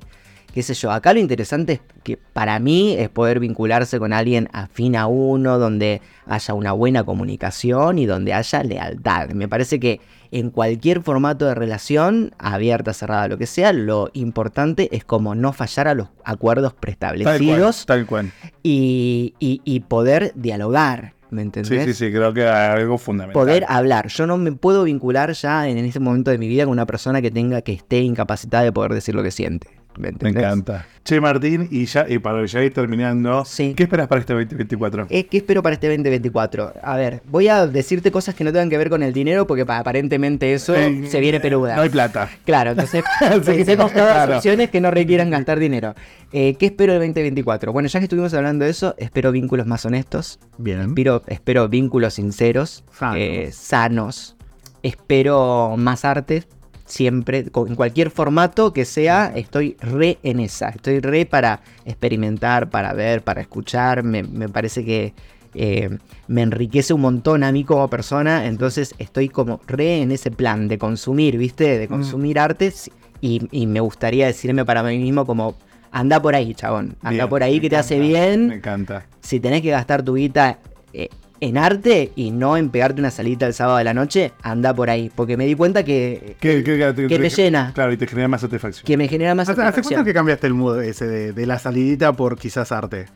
qué sé yo. Acá lo interesante es que para mí es poder vincularse con alguien afín a uno, donde haya una buena comunicación y donde haya lealtad. Me parece que en cualquier formato de relación, abierta, cerrada, lo que sea, lo importante es como no fallar a los acuerdos Tal cual, preestablecidos tal cual. y, y- y poder dialogar. ¿Me entendés? Sí, sí, sí, creo que algo fundamental. poder hablar. Yo no me puedo vincular ya en, en este momento de mi vida con una persona que tenga que esté incapacitada de poder decir lo que siente. ¿Me, Me entendés? encanta. Che, Martín, y ya y para ya ir terminando, Sí. ¿qué esperas para este 2024? Eh, ¿Qué espero para este 2024? A ver, voy a decirte cosas que no tengan que ver con el dinero porque pa- aparentemente eso Eh, se viene peluda. No hay plata. Claro, entonces Sí, pensemos todas claro. opciones que no requieran gastar dinero. Eh, ¿Qué espero del 2024? Bueno, ya que estuvimos hablando de eso, espero vínculos más honestos, Bien. Espero, espero vínculos sinceros, Sanos. eh, sanos. Espero más arte, siempre, co- en cualquier formato que sea, estoy re en esa. Estoy re para experimentar, para ver, para escuchar. Me, me parece que eh, me enriquece un montón a mí como persona. Entonces estoy como re en ese plan de consumir, ¿viste? Mm. De consumir artes. Y, y me gustaría decirme para mí mismo como... Anda por ahí, chabón. Anda Bien, por ahí me que te hace encanta, bien Me encanta. si tenés que gastar tu guita eh, en arte y no en pegarte una salita el sábado de la noche, anda por ahí. Porque me di cuenta que, ¿Qué, qué, qué- Que te llena. Claro, y te genera más satisfacción. que me genera más ¿Hace, hace cuánto satisfacción. que cambiaste el mood ese de, de la salidita por quizás arte?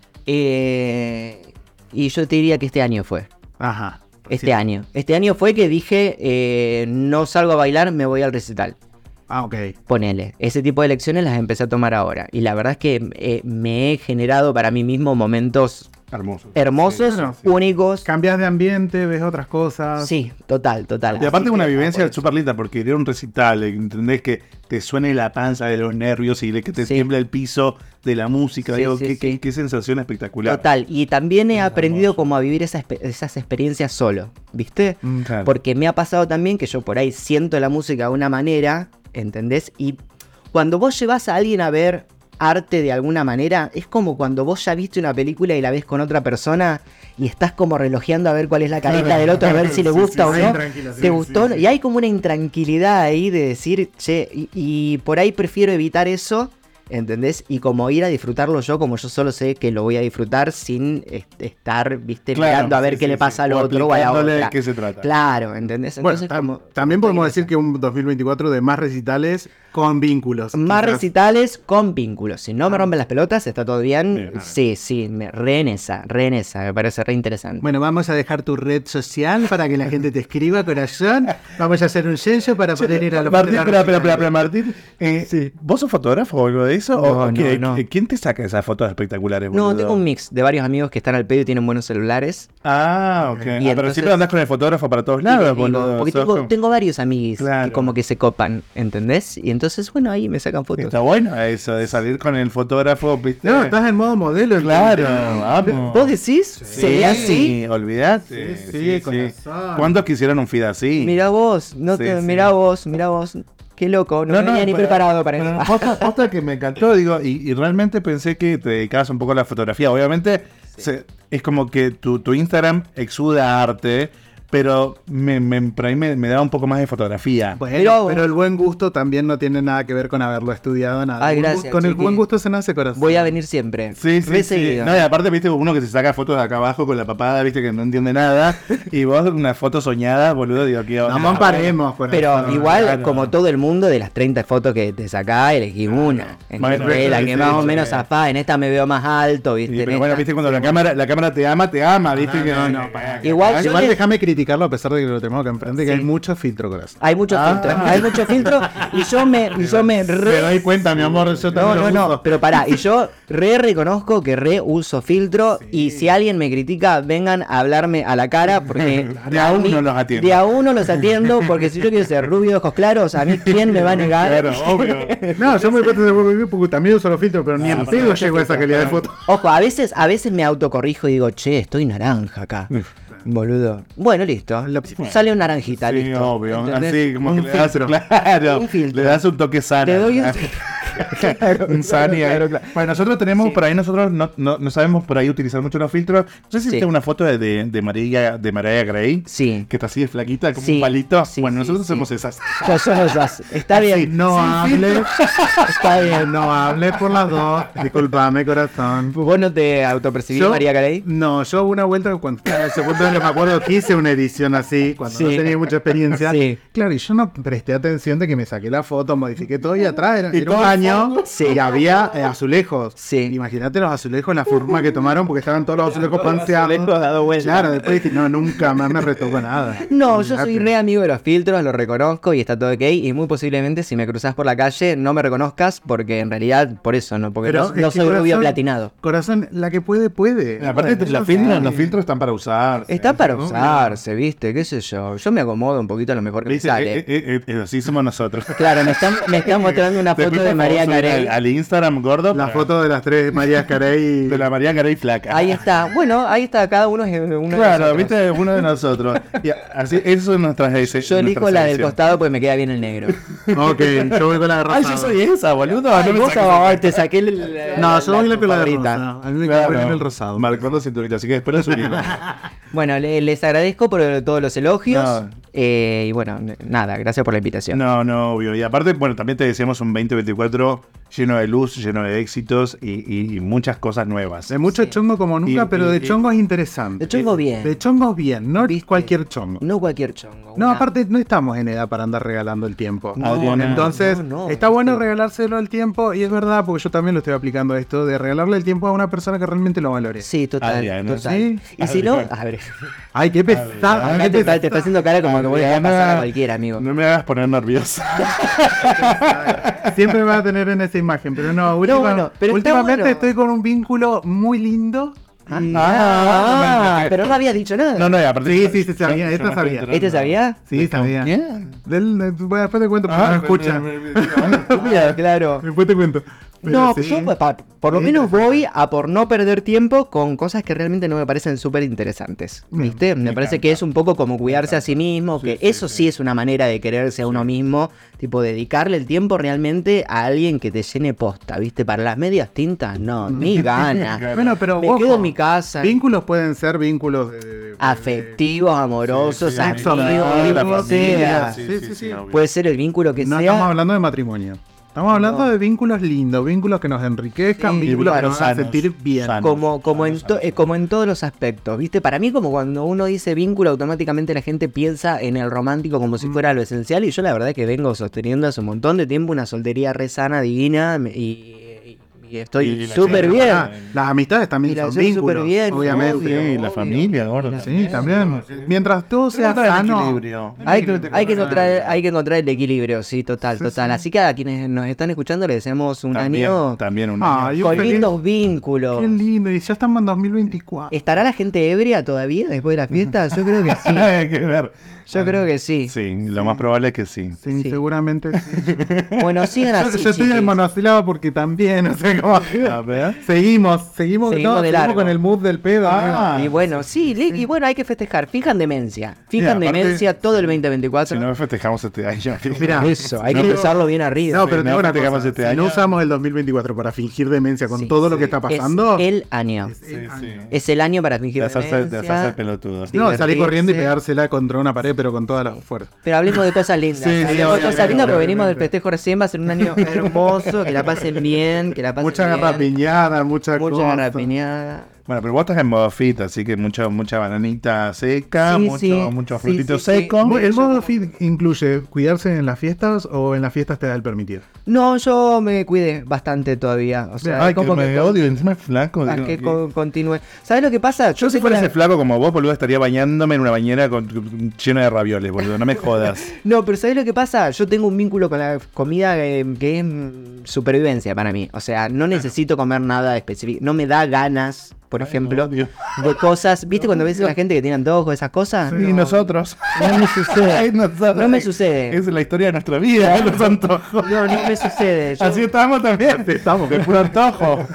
Eh, y yo te diría que este año fue. Ajá. Este Sí. año. Este año fue que dije, eh, no salgo a bailar, me voy al recital. Ah, ok. Ponele. Ese tipo de lecciones las empecé a tomar ahora. Y la verdad es que eh, me he generado para mí mismo momentos Hermoso. hermosos, Sí, sí, sí. únicos. Cambias de ambiente, ves otras cosas. Sí, total, total. Y aparte Así una que, vivencia por eso. súper linda, porque ir a un recital, entendés que te suene la panza de los nervios y que te Sí. tiembla el piso de la música. Sí, digo, sí, qué, qué- sí. qué sensación espectacular. Total, y también he aprendido como a vivir esa espe- esas experiencias solo, ¿viste? Mm, claro. Porque me ha pasado también que yo por ahí siento la música de una manera, ¿entendés? Y cuando vos llevas a alguien a ver arte de alguna manera, es como cuando vos ya viste una película y la ves con otra persona y estás como relojeando a ver cuál es la carita del otro, a ver si le Sí, gusta sí, sí, o no. tranquila, sí, ¿Te sí, gustó? sí. Y hay como una intranquilidad ahí de decir, che, y, y por ahí prefiero evitar eso, ¿entendés? Y como ir a disfrutarlo yo, como yo solo sé que lo voy a disfrutar sin este, estar, viste, Claro, mirando a ver sí, qué sí, le sí. pasa al O otro o a la aplicándole otra. de qué se trata. Claro, ¿entendés? Bueno, Entonces, tam- como- también podemos decir que un 2024 de más recitales con vínculos. Más quizás. recitales con vínculos. Si no me rompen las pelotas, está todo bien. Ah. Bien. Sí, sí, me, re en esa, re en esa, me parece re interesante. Bueno, vamos a dejar tu red social para que la gente te escriba, corazón. Vamos a hacer un censo para poder ir a los Martín, espera, espera, espera, recitales. espera, Martín. Eh, ¿Vos sos fotógrafo o algo de eso? No, ¿O no, qué- no. qué- ¿Quién te saca esas fotos espectaculares? no, boludo? tengo un mix de varios amigos que están al pedo y tienen buenos celulares. Ah, ok. Ah, pero entonces- siempre andás con el fotógrafo para todos Y lados, le digo, boludo. porque Sos tengo, como- tengo varios amiguis Claro. que como que se copan, ¿entendés? Y entonces, bueno, ahí me sacan fotos. Está bueno eso de salir con el fotógrafo, ¿viste? No, estás en modo modelo. Claro, entonces. vamos. ¿Vos decís? ¿Será así? Olvidate. Sí, sí, corazón. ¿Cuántos quisieran un feed así? Mirá vos, no Sí, te- sí. mirá vos, mirá vos. Qué loco, no, venía ni pero- preparado para pero eso. Posta, posta que me encantó, digo, y, y realmente pensé que te dedicabas un poco a la fotografía. Obviamente, se- es como que tu, tu Instagram exuda arte, pero me, me, por ahí me, me da un poco más de fotografía. Bueno, Mirá vos. pero el buen gusto también no tiene nada que ver con haberlo estudiado, nada. Ay, El buen Ah, gracias, gusto- Con el chiqui. buen gusto se nace corazón. Voy a venir siempre. Sí, sí, Re sí. seguido. No, y aparte, viste, uno que se saca fotos de acá abajo con la papada, viste, que no entiende nada. y vos, una foto soñada, boludo, digo, que... No, no paremos, corazón. Pero igual, claro. como todo el mundo, de las 30 fotos que te sacá, elegí una. Bueno, ¿entendés? la sí, que sí, más o sí. menos zafá, en esta me veo más alto, ¿viste? Y, En pero bueno, esta- viste, cuando la cámara, la cámara te ama, te ama, viste, que no, no, pará. Igual, yo Igual les- déjame criticarlo a pesar de que lo tenemos que enfrente, que Sí. hay mucho filtro, corazón. hay mucho Ah. filtro, hay mucho filtro y yo me, y yo me re- Me doy cuenta, mi amor, yo No, también no, lo no, uso. pero pará, y yo re reconozco que re uso filtro y si alguien me critica, vengan a hablarme a la cara porque De a mí- uno los atiendo. De a uno los atiendo porque si yo quiero ser rubio de ojos claros, a mí quién me va a negar. Claro, obvio. No, yo me cuento de buen vivir porque también uso los filtros, pero ni en pedo llego a esa calidad de foto. Ojo, a veces, a veces me autocorrijo y digo, che, estoy naranja acá. Boludo. Bueno, listo. lo- sale una naranjita, Sí, listo. obvio. ¿entendés? Así como Un que le das, filtro. claro, Un filtro. le das un toque sano. Le doy un- un Sani ahí. claro, claro. Bueno, nosotros tenemos, por ahí nosotros no, no- no sabemos por ahí utilizar mucho los filtros. No sé si Sí. tengo una foto de, de, de María, de Mariah Gray. Sí. Que está así de flaquita, como Sí, un palito. sí, bueno, sí, nosotros sí. hacemos esas. Nosotros así. Está bien. No Sin hable. Está bien, no hable por las dos. Disculpame, corazón. ¿Vos no te autopercibís, Yo- María Carey? No, yo hubo una vuelta cuando estaba en secundaria, me acuerdo que hice una edición así, cuando Sí. no tenía mucha experiencia. Sí. Claro, y yo no presté atención de que me saqué la foto, modifiqué todo y atrás era, Y era un todo baño Sí. y había eh, azulejos. Sí. Imagínate los azulejos, la forma que tomaron porque estaban todos los azulejos todos los panceados. azulejos dado vuelta. Claro, después dije, no, nunca más me retocó nada. No, yo soy Olvídate. re amigo de los filtros, lo reconozco y está todo ok. Y muy posiblemente si me cruzas por la calle no me reconozcas porque en realidad por eso no, porque no, es no que soy rubio corazón- platinado. Corazón, la que puede, puede. Aparte, Bueno, los, yo filtros, sé. los filtros están para usar. Está para usarse, viste, qué sé yo. Yo me acomodo un poquito a lo mejor que me Dice, sale. eh, eh, eh, eh, así somos nosotros. Claro, me están, me están mostrando una foto Después de podemos María subir Al, Carey. al Instagram gordo. La pero- foto de las tres Marías Carey. de la María Carey flaca. Ahí está. Bueno, ahí está, cada uno es uno de Claro, nosotros. viste, uno de nosotros. Y así, eso es nuestra Yo elijo la del costado pues me queda bien el negro. Ok, yo voy con la de Ay, Rafa. Ah, yo soy esa, boludo. Ay, no me vos, saques- ah, te saqué el- la- No, yo voy con la de favorita. rosa. A mí me queda Claro. bien el rosado. Marcando cinturita, así que después la subimos. Bueno, le- les agradezco por todos los elogios. No. Eh, y bueno, n- nada, gracias por la invitación. No, no, obvio. Y aparte, bueno, también te deseamos un 2024 lleno de luz, lleno de éxitos y, y- y muchas cosas nuevas. De mucho chongo como nunca, Y- pero y- de y- chongo es interesante. De chongo bien. De chongo bien, no ¿Viste? cualquier chongo. No cualquier chongo. No, una- aparte no estamos en edad para andar regalando el tiempo. No, Adriana. Entonces, no, no, está bueno viste. regalárselo el tiempo y es verdad, porque yo también lo estoy aplicando esto, de regalarle el tiempo a una persona que realmente lo valore. Sí, total. Adriana. total. Sí. Y si no, Adriana. a ver. Ay, qué pesado. Acá te, está, te está haciendo cara como que voy a pasar a cualquiera, amigo. No me hagas poner nerviosa. Siempre me va a tener en esa imagen, pero no, última- bueno, pero está últimamente bueno. estoy con un vínculo muy lindo. y- Ah, Ah, pero no había dicho nada. No, no, y aparte. Sí, sí, sí, sabía, Yo- esta yo me sabía. estoy ¿Este sabía? Sí, sabía. ¿Quién? Ah, Del- de- bueno, después te cuento, porque no escucha. Claro. Después te cuento. Pero No, pues sí. yo pa- por lo Sí, menos voy a por no perder tiempo con cosas que realmente no me parecen súper interesantes. ¿Viste? Me, parece que es un poco como cuidarse a sí mismo, que eso sí, es una manera de quererse a uno mismo, tipo dedicarle el tiempo realmente a alguien que te llene posta, ¿viste? Para las medias tintas, no, ni gana. Bueno, pero Me ojo, quedo en mi casa. Vínculos pueden ser vínculos de- Afectivos, amorosos, de sexo, amigos, amor, lo la que familia, sea. Pues, sí, sí, sí, obvio. Puede ser el vínculo que No estamos sea. hablando de matrimonio. Estamos hablando de vínculos lindos, vínculos que nos enriquezcan, Sí, vínculos que claro, nos hagan sanos, sentir bien. sanos. Como, como, en to- eh, como en todos los aspectos, ¿viste? Para mí, como cuando uno dice vínculo, automáticamente la gente piensa en el romántico como si fuera lo esencial. Y yo la verdad que vengo sosteniendo hace un montón de tiempo una soltería re sana, divina, me- y, y- y Y estoy la súper llena, bien. Ah, las amistades también Y la son llevo súper vínculos, bien, obviamente. obvio. Sí, la familia, gordo. Sí, también. Mientras todo sea Pero no en sano. equilibrio. Hay, que- hay que encontrar, hay que encontrar el equilibrio, sí, total, total. Así que a quienes nos están escuchando les deseamos un Ah, También, año también un año. Ay, un con feliz- lindos vínculos. Qué lindo. Y ya estamos en 2024. ¿Estará la gente ebria todavía después de las fiestas? Yo creo que sí. Hay que ver. Yo creo que sí. Ah, Sí, lo más probable es que sí. Sí, Sí. seguramente. sí. Bueno, sigan Yo, así. yo estoy en chiquis. monosílaba porque también, o sea, como. A ver. Seguimos, seguimos, Seguimos no, de seguimos largo. con el mood del pedo. Ah, Y bueno, sí, li- y bueno, hay que festejar. Fijan demencia. Fijan aparte, demencia todo el Si 2024. no festejamos este año. Mira, Eso, hay no, que pero- usarlo bien arriba. No, pero Sí, tengo no una festejamos cosa. este si año. no usamos el 2024 para fingir demencia con Sí, todo lo sí. que está pasando. Es el año. Sí, sí. Es el año para fingir De hacerse, de hacerse el demencia. pelotudo. no, salí divertirse. corriendo y pegársela contra una pared, pero con toda la fuerza. Pero hablemos de cosas lindas. Sí, sí, hablemos de cosas obviamente, lindas porque obviamente. venimos del festejo recién. Va a ser un año hermoso. Que la pasen bien. Que la pasen Mucha bien. garrapiñada, mucha Mucha cosa. garrapiñada. Bueno, pero vos estás en modo fit, así que mucho, mucha bananita seca, Sí, mucho, sí. mucho Sí, frutito sí, sí. seco. Mu- ¿El modo fit incluye cuidarse en las fiestas o en las fiestas te da el permitir? No, yo me cuidé bastante todavía. O sea, Ay, que como me que, odio, encima es flaco. a digo, que que- con- continúe. ¿Sabes lo que pasa? Yo si tengo fuera la- ese flaco como vos, boludo, estaría bañándome en una bañera con, llena de ravioles, boludo. No me jodas. No, pero ¿sabés lo que pasa? Yo tengo un vínculo con la comida eh, que, es mm, supervivencia para mí. O sea, no necesito comer nada específico. No me da ganas por ejemplo, odio. de cosas. ¿Viste cuando ves a la gente que tiene antojos, esas cosas? Y nosotros. No me sucede. No me sucede. Es la historia de nuestra vida, los antojos. No, no me sucede. Yo- Así estamos también. Estamos, de puro antojo.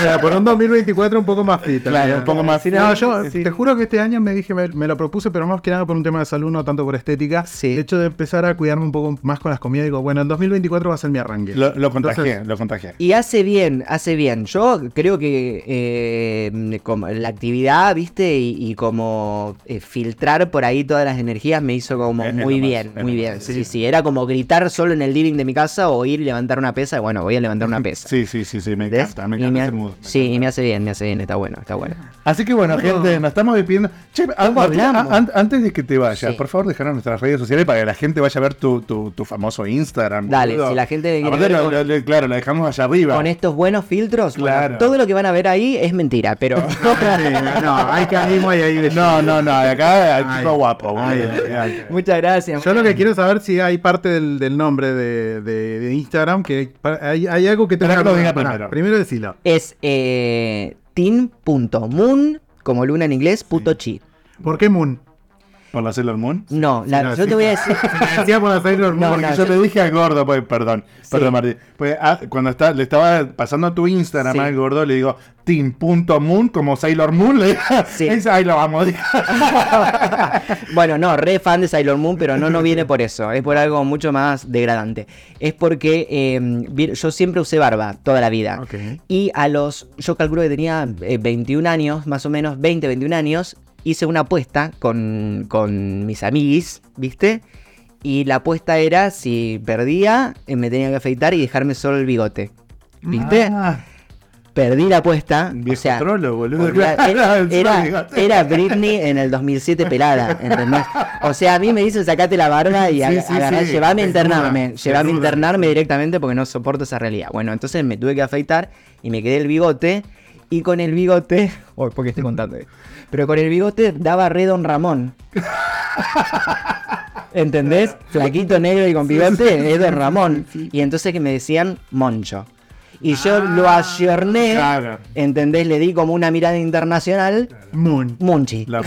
Mira, por un 2024 un poco más fit. Claro, un poco más Sí, no, fit, yo sí. te juro que este año me dije, me, me lo propuse, pero más que nada por un tema de salud, no tanto por estética. Sí. De hecho, de empezar a cuidarme un poco más con las comidas, digo, bueno, el 2024 va a ser mi arranque. Lo, lo contagié, Entonces, lo contagié. Y hace bien, hace bien. Yo creo que eh, como la actividad, viste, y, y como eh, filtrar por ahí todas las energías me hizo como Es- es muy lo más, bien, es muy lo bien. más. Sí, sí, era como gritar solo en el living de mi casa o ir y levantar una pesa. Bueno, voy a levantar una pesa. Sí, sí, sí, sí, me ¿Ves? encanta, me Y encanta ha- ese mood. sí, y me hace bien, me hace bien, está bueno, está bueno. Así que bueno, gente, nos estamos despidiendo. Che, an- hablamos? an- antes de que te vayas, Sí. por favor, dejar nuestras redes sociales para que la gente vaya a ver tu, tu, tu famoso Instagram. Dale, boludo. si la gente viene Aparte, a ver lo- con- lo- lo- claro, la dejamos allá arriba. Con estos buenos filtros, bueno, Claro. todo lo que van a ver ahí es mentira, pero no, hay que mismo y ahí de- No, no, no, de acá al tipo guapo. boludo. ay, muchas gracias. Yo lo que quiero saber si hay parte del, del nombre de, de- de Instagram que pa- hay, hay algo que te Pará que lo diga Pará, primero. Primero decilo. Es eh, tin.moon, como luna en inglés, punto chi. ¿Por qué Moon? ¿Por la Sailor Moon? No, la- no, yo sí. te voy a decir. Decía por hacer los No, moon. Porque no, yo yo- le dije al gordo, pues, perdón, perdón, Martín. Pues, ah, cuando está, le estaba pasando tu Instagram Sí. al gordo, le digo, team.moon, como Sailor Moon, le digo, Sí. "Esa, ahí lo vamos. digo. bueno, no, re fan de Sailor Moon, pero no, no viene por eso. Es por algo mucho más degradante. Es porque eh, vi- yo siempre usé barba toda la vida. Ok. Y a los. Yo calculo que tenía eh, 21 años, más o menos, 20, 21 años. Hice una apuesta con, con mis amiguis, ¿viste? Y la apuesta era si perdía, eh, me tenía que afeitar y dejarme solo el bigote. ¿Viste? Ah, Perdí la apuesta. viejo o sea, trolo, boludo. Olvidá- Claro, era, era- encima, era Britney en el 2007 pelada, ¿entendés? O sea, a mí me dicen sacate la barba y Sí, a- sí, agarrá, sí, llevame desnuda, a internarme, llevame a desnuda. internarme directamente porque no soporto esa realidad. Bueno, entonces me tuve que afeitar y me quedé el bigote y con el bigote, oh, porque estoy contando, eh? pero con el bigote daba re Don Ramón. ¿Entendés? Flaquito negro y con bigote es Don Ramón. Y entonces que me decían Moncho. Y yo lo ayorné, Ah, claro. ¿entendés? Le di como una mirada internacional. Moon. Munchi. La-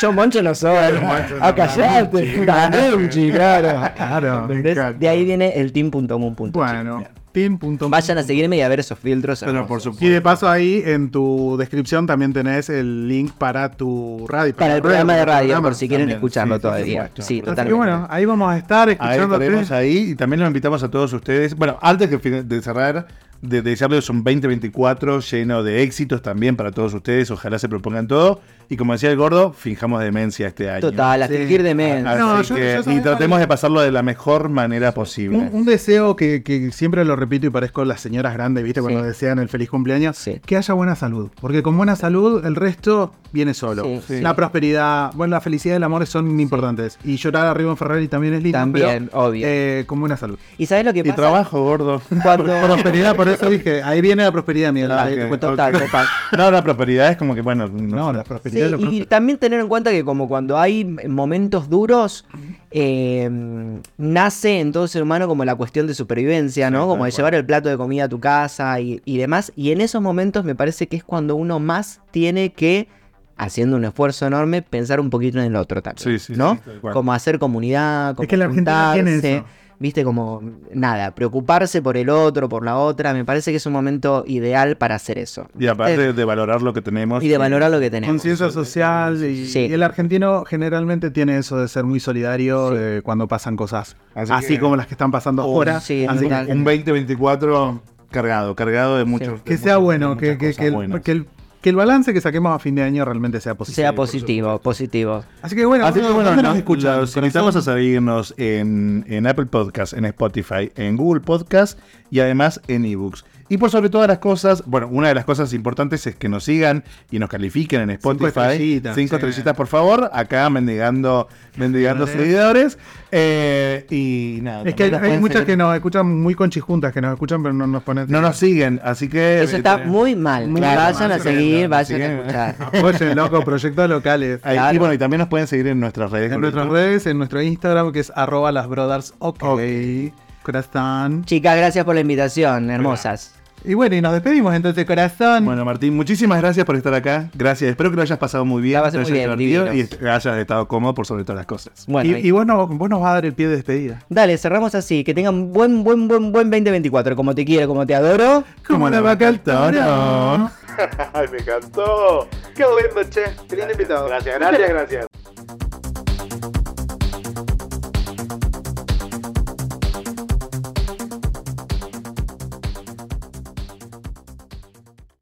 Yo Moncho no soy. A callarte. Gané, Munchi, claro. Claro. ¿Entendés? encanta. De ahí viene el team.moon. Bueno, team.moon. Vayan a seguirme y a ver esos filtros. Pero por hermosos. supuesto. Y de paso ahí en tu descripción también tenés el link para tu radio. Para el programa de radio, por si quieren también, escucharlo sí, por todavía. supuesto. Sí, Así Así que que totalmente. bueno, ahí vamos a estar Ahí estaremos escuchándote. ahí y también los invitamos a todos ustedes. Bueno, antes que fin- de cerrar, de desearles un 2024 lleno de éxitos también para todos ustedes. Ojalá se propongan todo. Y como decía el gordo, finjamos demencia este año. Total, a Sí. fingir de menos. Así No, yo- que- yo y sabía tratemos cuál- de pasarlo de la mejor manera posible. Un, un deseo que, que siempre lo repito y parezco las señoras grandes, ¿viste? Cuando Sí. desean el feliz cumpleaños, Sí. que haya buena salud. Porque con buena salud el resto viene solo. Sí, sí. La prosperidad, bueno, la felicidad y el amor son importantes. Y llorar arriba en Ferrari también es lindo. También, pero, obvio. eh, con buena salud. ¿Y sabes lo que Y pasa? trabajo, gordo. Cuando... prosperidad, por eso dije, ahí viene la prosperidad, Miguel. Ah, Ahí te ok, cuento. Total, ok. total. No, la prosperidad es como que, bueno, no, No, la Sí, prosperidad es lo y próximo. también tener en cuenta que como cuando hay momentos duros, eh, nace en todo ser humano como la cuestión de supervivencia, ¿no? Como de llevar el plato de comida a tu casa y, y demás. Y en esos momentos me parece que es cuando uno más tiene que, haciendo un esfuerzo enorme, pensar un poquito en el otro también, Sí, sí, ¿no? sí, tal cual. como hacer comunidad, como que la Argentina tiene juntarse, eso. Viste, como nada, preocuparse por el otro, por la otra, me parece que es un momento ideal para hacer eso. Y aparte de valorar lo que tenemos. Y de valorar lo que tenemos. Conciencia social y, Sí. y el argentino generalmente tiene eso de ser muy solidario eh, cuando pasan cosas Así así, que- como las que están pasando Oh, ahora. sí, Así que- total. Un 2024 cargado, cargado de muchos. que sea bueno, que, que- que el, que, el, que el balance que saquemos a fin de año realmente sea positivo. sea positivo, positivo. Así que bueno, Así que bueno, ¿dónde nos nos escuchan? los invitamos a seguirnos en, en Apple Podcast, en Spotify, en Google Podcast y además en ebooks. Y por sobre todas las cosas, bueno, una de las cosas importantes es que nos sigan y nos califiquen en Spotify. Cinco estrellitas. Cinco Sí. estrellitas, por favor. Acá mendigando, mendigando seguidores. Eh, y nada. Es que hay, también- hay muchas que nos escuchan muy conchijuntas, que nos escuchan pero no nos ponen... no nos siguen, así que. eh, Eso está muy mal. Muy mal, vayan a sí, seguir, no, vayan sí. a escuchar. Apoyen, loco, proyectos locales. Ahí- Y claro. bueno, y también nos pueden seguir en nuestras redes. En nuestras redes, en nuestro Instagram, que es arroba las brothers. Ok. Corazón. Chicas, gracias por la invitación, hermosas. Y bueno, y nos despedimos entonces, corazón. Bueno, Martín, muchísimas gracias por estar acá. Gracias. Espero que lo hayas pasado muy bien, La pasé te hayas muy bien, divertido divinos. y hayas estado cómodo por sobre todas las cosas. Bueno, y, y vos, no- vos nos vas a dar el pie de despedida. Dale, cerramos así. Que tengan buen, buen, buen, buen 2024. Como te quiero, como te adoro. Como la vaca al toro. Ay, me encantó. Qué lindo, che. Qué lindo invitado. Gracias, gracias, gracias.